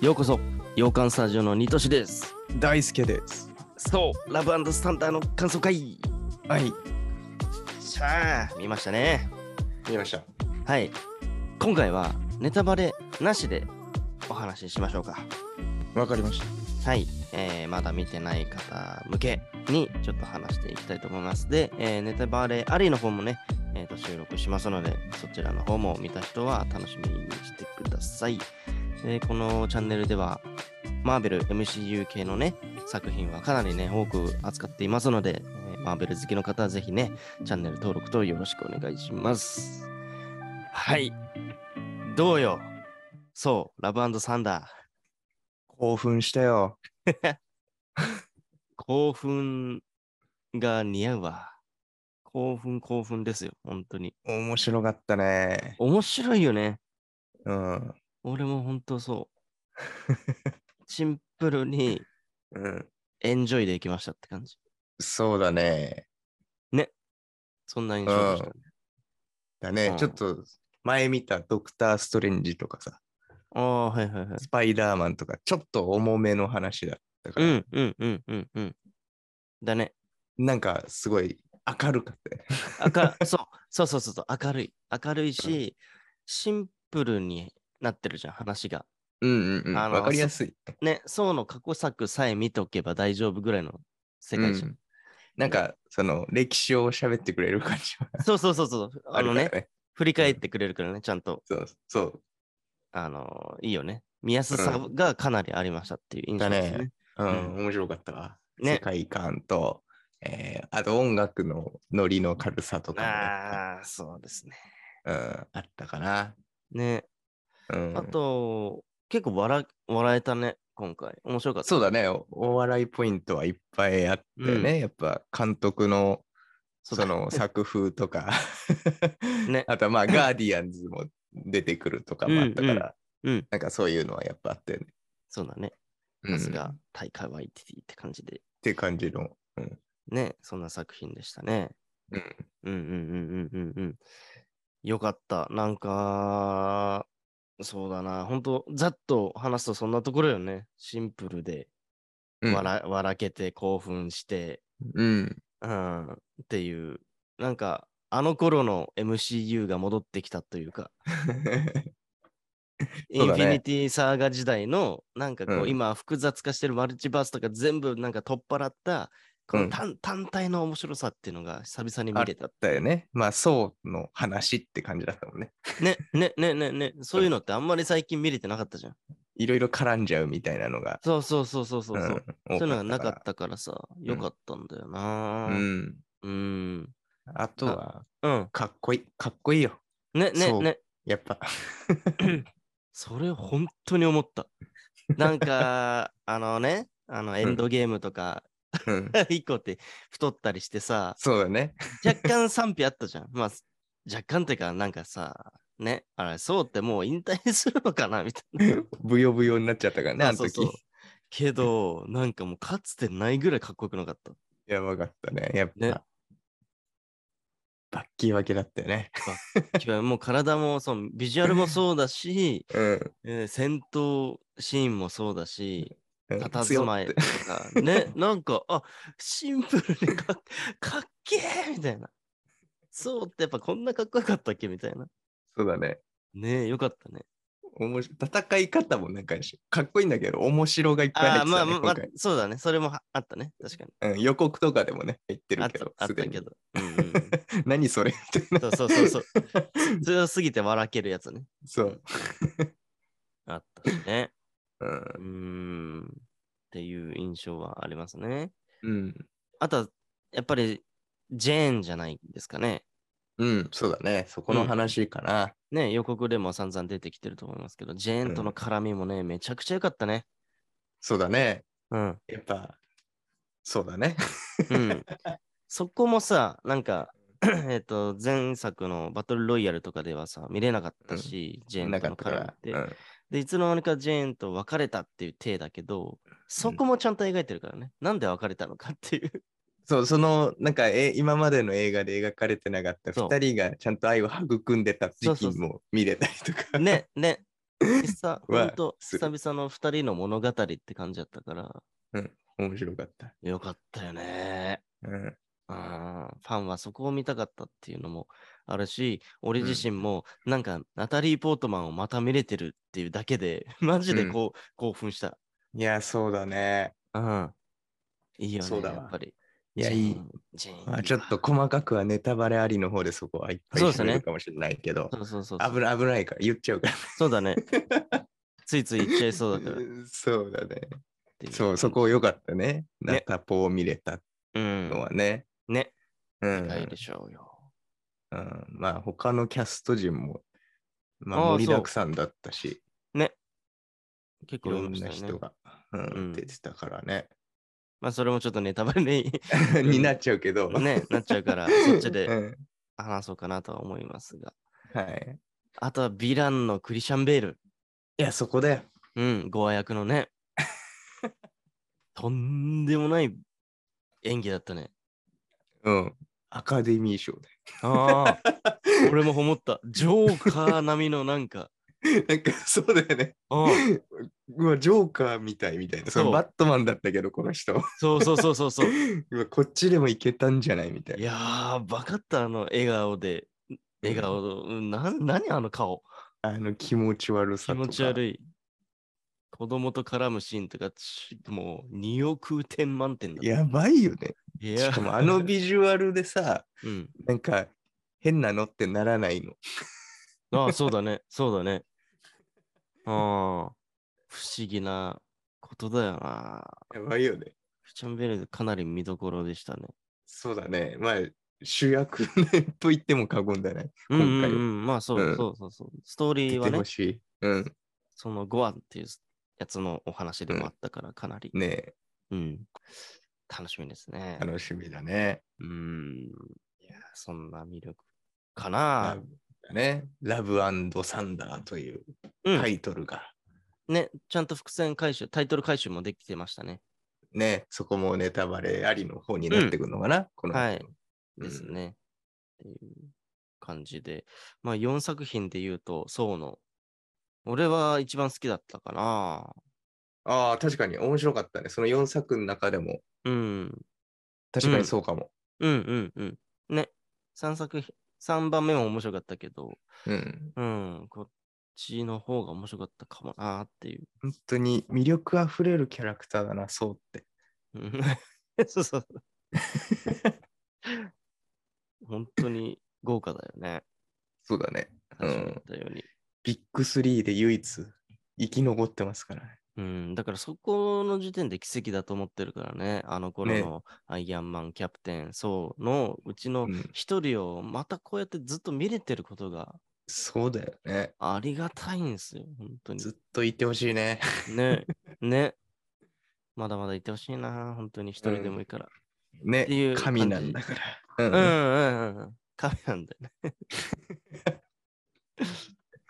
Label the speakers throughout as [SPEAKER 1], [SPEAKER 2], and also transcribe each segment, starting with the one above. [SPEAKER 1] ようこそ洋館スタジオのニトシです
[SPEAKER 2] 大輔です。
[SPEAKER 1] そうラブスタンダーの感想会
[SPEAKER 2] はい。
[SPEAKER 1] さあ見ましたね
[SPEAKER 3] 見ました。
[SPEAKER 1] はい今回はネタバレなしでお話ししましょうか
[SPEAKER 2] わかりまし
[SPEAKER 1] はい、えーまだ見てない方向けにちょっと話していきたいと思います。で、えーネタバレありの方もね、えーと収録しますので、そちらの方も見た人は楽しみにしてください。でこのチャンネルでは、マーベル MCU 系のね、作品はかなりね、多く扱っていますので、えーマーベル好きの方はぜひね、チャンネル登録とよろしくお願いします。はい。どうよそう、ラブサンダー。
[SPEAKER 2] 興奮したよ。
[SPEAKER 1] 興奮が似合うわ。興奮興奮ですよ、本当に。
[SPEAKER 2] 面白かったね。
[SPEAKER 1] 面白いよね。
[SPEAKER 2] うん。
[SPEAKER 1] 俺も本当 そう。シンプルに
[SPEAKER 2] うん。
[SPEAKER 1] エンジョイでいきましたって感じ。
[SPEAKER 2] そうだね。
[SPEAKER 1] そんな印象でしたね。
[SPEAKER 2] だね。
[SPEAKER 1] うん
[SPEAKER 2] ちょっと前見たドクター・ストレンジとかさ、
[SPEAKER 1] ああ、はいはいはい。
[SPEAKER 2] スパイダーマンとか、ちょっと重めの話だったか
[SPEAKER 1] う
[SPEAKER 2] ら、
[SPEAKER 1] んうんうんうんうん。だね。
[SPEAKER 2] なんかすごい明るかったね。
[SPEAKER 1] 明 そうそうそうそうそう、明るい。明るいし、シンプルになってるじゃん、話が。
[SPEAKER 2] うんうんうん。
[SPEAKER 1] あの
[SPEAKER 2] わかりやすい。
[SPEAKER 1] ね、そうの過去作さえ見とけば大丈夫ぐらいの世界じゃん
[SPEAKER 2] う。んなんか、その歴史を喋ってくれる感じは
[SPEAKER 1] そうそうそうそう。
[SPEAKER 2] あ
[SPEAKER 1] あ
[SPEAKER 2] るか
[SPEAKER 1] の
[SPEAKER 2] ら
[SPEAKER 1] ね、振り返ってくれるからね、ちゃんと、
[SPEAKER 2] そうそう。
[SPEAKER 1] あのーいいよね。見やすさがかなりありましたっていう印象ですね。
[SPEAKER 2] だねうん、面白かったわ。世界観と、えーあと音楽のノリの軽さとかもやっ
[SPEAKER 1] ああ、そうですね。
[SPEAKER 2] ぱ、うん、あったかな。
[SPEAKER 1] ね、
[SPEAKER 2] うん、
[SPEAKER 1] あと、結構笑笑えたね、今回。面白かった。
[SPEAKER 2] そうだねお、お笑いポイントはいっぱいあったよね。やっぱ監督の
[SPEAKER 1] そ
[SPEAKER 2] そ
[SPEAKER 1] だ
[SPEAKER 2] う の作風とか、
[SPEAKER 1] ね
[SPEAKER 2] あ とまあガーディアンズも出てくるとかもあったから、
[SPEAKER 1] うんうん
[SPEAKER 2] なんかそういうのはやっぱあったよね。
[SPEAKER 1] そうだね。
[SPEAKER 2] うん
[SPEAKER 1] さす
[SPEAKER 2] っ
[SPEAKER 1] が、大会ワイティって感じで。
[SPEAKER 2] て感じの。うん
[SPEAKER 1] ね、そんな作品でしたね。
[SPEAKER 2] うん
[SPEAKER 1] うんうんうんうんうんうん。よかった。なんか、そうだな。本当ざっと話すとそんなところよね。シンプルで、
[SPEAKER 2] うん
[SPEAKER 1] 笑笑けて興奮して、
[SPEAKER 2] うん、
[SPEAKER 1] うん、っていう、なんか、あの頃の MCU が戻ってきたというか、イ
[SPEAKER 2] そう
[SPEAKER 1] ン
[SPEAKER 2] だ
[SPEAKER 1] フ
[SPEAKER 2] ね
[SPEAKER 1] ィニティサーガ時代の、なんかこう、
[SPEAKER 2] うん
[SPEAKER 1] 今複雑化してるマルチバースとか全部なんか取っ払った、こ
[SPEAKER 2] う
[SPEAKER 1] の
[SPEAKER 2] ん
[SPEAKER 1] 単,、単体の面白さっていうのが久々に
[SPEAKER 2] あ
[SPEAKER 1] 見
[SPEAKER 2] っ
[SPEAKER 1] れた。
[SPEAKER 2] たよね。まあ、そうの話って感じだったもんね。
[SPEAKER 1] ね、ね、ね、ね、ね、そういうのってあんまり最近見れてなかったじゃん。
[SPEAKER 2] いろいろ絡んじゃうみたいなのが。
[SPEAKER 1] そうそうそうそうそう。うそういうのが
[SPEAKER 2] 多
[SPEAKER 1] なか
[SPEAKER 2] ら
[SPEAKER 1] ったからさ、よかったんだよな
[SPEAKER 2] う。ん。
[SPEAKER 1] うん。
[SPEAKER 2] あとは、
[SPEAKER 1] うん。
[SPEAKER 2] かっこいい。かっこいいよ。
[SPEAKER 1] ね、ね、
[SPEAKER 2] そう
[SPEAKER 1] ね。
[SPEAKER 2] やっぱ。
[SPEAKER 1] それ本当に思った。なんか、 あのね、あのエンドゲームとか、
[SPEAKER 2] うん
[SPEAKER 1] 一個って太ったりしてさ、
[SPEAKER 2] そうだね。
[SPEAKER 1] 若干賛否あったじゃん。まあ、若干っていうか、なんかさ、ね、あれ、そうってもう引退するのかなみ たいな。
[SPEAKER 2] ぶよぶよになっちゃったからね、あの
[SPEAKER 1] そう
[SPEAKER 2] 時。
[SPEAKER 1] そうけど、なんかもうかつてないぐらいかっこよくなかった。
[SPEAKER 2] やばかったね。やっぱ。
[SPEAKER 1] ね
[SPEAKER 2] バッキー分けだったよね。
[SPEAKER 1] 違うもう体もそう、ビジュアルもそうだし、
[SPEAKER 2] うん。
[SPEAKER 1] えー戦闘シーンもそうだし、
[SPEAKER 2] うん
[SPEAKER 1] たたずまい
[SPEAKER 2] 強
[SPEAKER 1] と
[SPEAKER 2] っ
[SPEAKER 1] か、
[SPEAKER 2] て
[SPEAKER 1] ね、なんか、あシンプルにかっかっけえみたいな。そうってやっぱこんなかっこよかったっけみたいな。
[SPEAKER 2] そうだね。
[SPEAKER 1] ねえ、よかったね。
[SPEAKER 2] おもし戦い方もなんかしかっこいいんだけど、面白がいっぱい入
[SPEAKER 1] あ
[SPEAKER 2] っ
[SPEAKER 1] あ、
[SPEAKER 2] て
[SPEAKER 1] ま
[SPEAKER 2] た
[SPEAKER 1] あ
[SPEAKER 2] ね
[SPEAKER 1] まあ、
[SPEAKER 2] 今回。
[SPEAKER 1] そうだね。それもはあったね。確かに。
[SPEAKER 2] うん予告とかでもね、言って
[SPEAKER 1] あ
[SPEAKER 2] る
[SPEAKER 1] っ
[SPEAKER 2] け
[SPEAKER 1] た
[SPEAKER 2] ど、
[SPEAKER 1] あっ
[SPEAKER 2] す
[SPEAKER 1] た
[SPEAKER 2] でに
[SPEAKER 1] け。ど。うんうんうん
[SPEAKER 2] 何それみたいな。
[SPEAKER 1] そうそうそうそう。 強すぎて笑けるやつね。
[SPEAKER 2] そう。
[SPEAKER 1] あったしね。
[SPEAKER 2] うん
[SPEAKER 1] うーん。っていう印象はありますね。
[SPEAKER 2] うん。
[SPEAKER 1] あとは、やっぱり、ジェーンじゃないですかね。
[SPEAKER 2] うん、そうだね。そこの
[SPEAKER 1] うん
[SPEAKER 2] 話かな。
[SPEAKER 1] ね、予告でも散々出てきてると思いますけど、ジェーンとの絡みもね、めちゃくちゃ良かったね。
[SPEAKER 2] そうだね。
[SPEAKER 1] うん。
[SPEAKER 2] やっぱ、そうだね。
[SPEAKER 1] うん、そこもさ、なんか、 えっと、前作のバトルロイヤルとかではさ、見れなかったし、ジェーン
[SPEAKER 2] な
[SPEAKER 1] と
[SPEAKER 2] かっ
[SPEAKER 1] の
[SPEAKER 2] たか
[SPEAKER 1] 絡みっ
[SPEAKER 2] ら。
[SPEAKER 1] て、で、いつの間にかジェーンと別れたっていう体だけど、そこもちゃんと描いてるからね。なんで別れたのかって いう。
[SPEAKER 2] そう、その、なんか、え今までの映画で描かれてなかった
[SPEAKER 1] そう
[SPEAKER 2] 2人がちゃんと愛を育んでた時
[SPEAKER 1] そう
[SPEAKER 2] 期
[SPEAKER 1] そうそ
[SPEAKER 2] も見れたりとか。
[SPEAKER 1] ね、ね。久 々
[SPEAKER 2] は
[SPEAKER 1] 本当
[SPEAKER 2] す
[SPEAKER 1] 久
[SPEAKER 2] る
[SPEAKER 1] 々の二人の物語って感じだったから、
[SPEAKER 2] 面白かった。
[SPEAKER 1] よかったよね。
[SPEAKER 2] うん。
[SPEAKER 1] うん、ファンはそこを見たかったっていうのもあるし、俺自身もなんかナタリー・ポートマンをまた見れてるっていうだけで、 マジでこう、興奮した。
[SPEAKER 2] いや、そうだね。
[SPEAKER 1] うん。いいよね、
[SPEAKER 2] そうだわ
[SPEAKER 1] やっぱり。
[SPEAKER 2] いや、いい。
[SPEAKER 1] ジーン。ジーン
[SPEAKER 2] まあ、ちょっと。細かくはネタバレありの方でそこはいっぱい
[SPEAKER 1] そうですね
[SPEAKER 2] 喋るかもしれないけど、
[SPEAKER 1] そうそうそうそう。
[SPEAKER 2] 危ない危ないから言っちゃうから。
[SPEAKER 1] そう だね。ついつい言っちゃいそうだからっ
[SPEAKER 2] そうだね。
[SPEAKER 1] てい
[SPEAKER 2] そう、そこ良かったね。ナタポを見れた
[SPEAKER 1] うん
[SPEAKER 2] の。はね。
[SPEAKER 1] ね。
[SPEAKER 2] うん。
[SPEAKER 1] 深いでしょうよ。
[SPEAKER 2] うん、まあ、他のキャスト陣も、まあ
[SPEAKER 1] あ、あ
[SPEAKER 2] 盛りだくさんだったし、
[SPEAKER 1] 結
[SPEAKER 2] い
[SPEAKER 1] 構
[SPEAKER 2] ろ
[SPEAKER 1] 読
[SPEAKER 2] ん
[SPEAKER 1] み
[SPEAKER 2] な
[SPEAKER 1] ましたよ
[SPEAKER 2] 人
[SPEAKER 1] ね。
[SPEAKER 2] が、うん
[SPEAKER 1] うん
[SPEAKER 2] 出てたからね。
[SPEAKER 1] まあそれもちょっとネタバレに ん
[SPEAKER 2] になっちゃうけど。
[SPEAKER 1] ね、なっちゃうから、そっち
[SPEAKER 2] う
[SPEAKER 1] で
[SPEAKER 2] ん
[SPEAKER 1] 話そうかなとは思いますが。
[SPEAKER 2] はい。
[SPEAKER 1] あとはヴィランのクリシャン・ベール。
[SPEAKER 2] いや、そこだよ。
[SPEAKER 1] うん、ゴア役の ね。とんでもない演技だったね。
[SPEAKER 2] うん。アカデミー賞
[SPEAKER 1] ああ、 俺も思った。ジョーカー並みのなんか。
[SPEAKER 2] で。 なんか、そうだよね。
[SPEAKER 1] うん
[SPEAKER 2] うわ、ジョーカーみたいみたいな。そ
[SPEAKER 1] そう
[SPEAKER 2] のバットマンだったけど、この人。
[SPEAKER 1] そうそうそうそうそう。
[SPEAKER 2] うわこっちでもいけたんじゃないみたい
[SPEAKER 1] い
[SPEAKER 2] な。
[SPEAKER 1] やー、バカった、あの笑顔で。笑顔の、うん、な何あの顔。
[SPEAKER 2] あの気持ち悪
[SPEAKER 1] 気
[SPEAKER 2] さとか。
[SPEAKER 1] 持ち悪
[SPEAKER 2] い。
[SPEAKER 1] い。子供と絡むシーンとか、ちもう2億点満点だった。
[SPEAKER 2] やばいよね。
[SPEAKER 1] い
[SPEAKER 2] し
[SPEAKER 1] や
[SPEAKER 2] かもあのビジュアルでさ、
[SPEAKER 1] うん。
[SPEAKER 2] なんか変なのってならないの。
[SPEAKER 1] ああ、そうだね。そうだね。ああ、不思議なことだよな。
[SPEAKER 2] やばいよね。
[SPEAKER 1] フチャンベルかなり見どころでしたね。
[SPEAKER 2] そうだね。まあ、主役と言っても過言だね。
[SPEAKER 1] うんうん、
[SPEAKER 2] 今回
[SPEAKER 1] うん、まあそう、
[SPEAKER 2] うん
[SPEAKER 1] そうそうそう。ストーリー
[SPEAKER 2] 出
[SPEAKER 1] は
[SPEAKER 2] て
[SPEAKER 1] ね
[SPEAKER 2] ほ、しい。うん。
[SPEAKER 1] そのゴアっていうやつのお話でもあったから、かなり、
[SPEAKER 2] ねえ
[SPEAKER 1] うん、楽しみですね。
[SPEAKER 2] 楽しみだね。
[SPEAKER 1] うん。いや、そんな魅力かな
[SPEAKER 2] ラ。ブだね。ラブサンダーという
[SPEAKER 1] うん
[SPEAKER 2] タイトルが。
[SPEAKER 1] ね、ちゃんと伏線回収、タイトル回収もできてましたね。
[SPEAKER 2] ね、そこもネタバレありの方になってくるのかな、この、
[SPEAKER 1] はい
[SPEAKER 2] うん
[SPEAKER 1] ですね。っていう感じで。まあ4作品で言うと、そうの。俺は一番好きだったかな。
[SPEAKER 2] ああ、確かに面白かったね。その4作の中でも、
[SPEAKER 1] うん。
[SPEAKER 2] 確かにそうかも。
[SPEAKER 1] うんうんうん。ね。3作品、3番目も面白かったけど、
[SPEAKER 2] うん。
[SPEAKER 1] うん、こっちの方が面白かったかもなーっていう。
[SPEAKER 2] 本当に魅力あふれるキャラクターだな、そうって。
[SPEAKER 1] うんそう そう。本当に豪華だよね。
[SPEAKER 2] そうだね。う
[SPEAKER 1] 最初に言
[SPEAKER 2] ん
[SPEAKER 1] っ。たように。
[SPEAKER 2] ビッグ3で唯一生き残ってますからね。
[SPEAKER 1] うん、だからそこの時点で奇跡だと思ってるからね、あの頃
[SPEAKER 2] ね
[SPEAKER 1] のアイアンマン、キャプテン、そうのうちの
[SPEAKER 2] うん
[SPEAKER 1] 一人をまたこうやってずっと見れてることが
[SPEAKER 2] そうだよね。
[SPEAKER 1] ありがたいんですよ、本当に
[SPEAKER 2] ず。っといてほしいね。
[SPEAKER 1] ね、 ね。まだまだいてほしいな、本当に一人でもいいから。っていう
[SPEAKER 2] ね。
[SPEAKER 1] 感じ
[SPEAKER 2] 神なんだから。
[SPEAKER 1] うん、うん、うん。カフェなんだよね。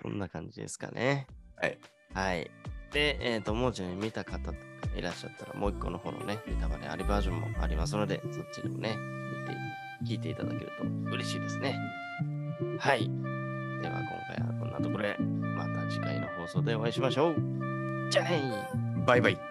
[SPEAKER 1] こんな感じですかね。
[SPEAKER 2] はい。
[SPEAKER 1] はい。で、えっ、と、もうちょい見た方とかいらっしゃったら、もう一個の方のね、ネタバレありバージョンもありますので、そっちでもね、見て、聞いていただけると嬉しいですね。はい。では、今回はこんなところで、また次回の放送でお会いしましょう。じゃあねー
[SPEAKER 2] バイバイ。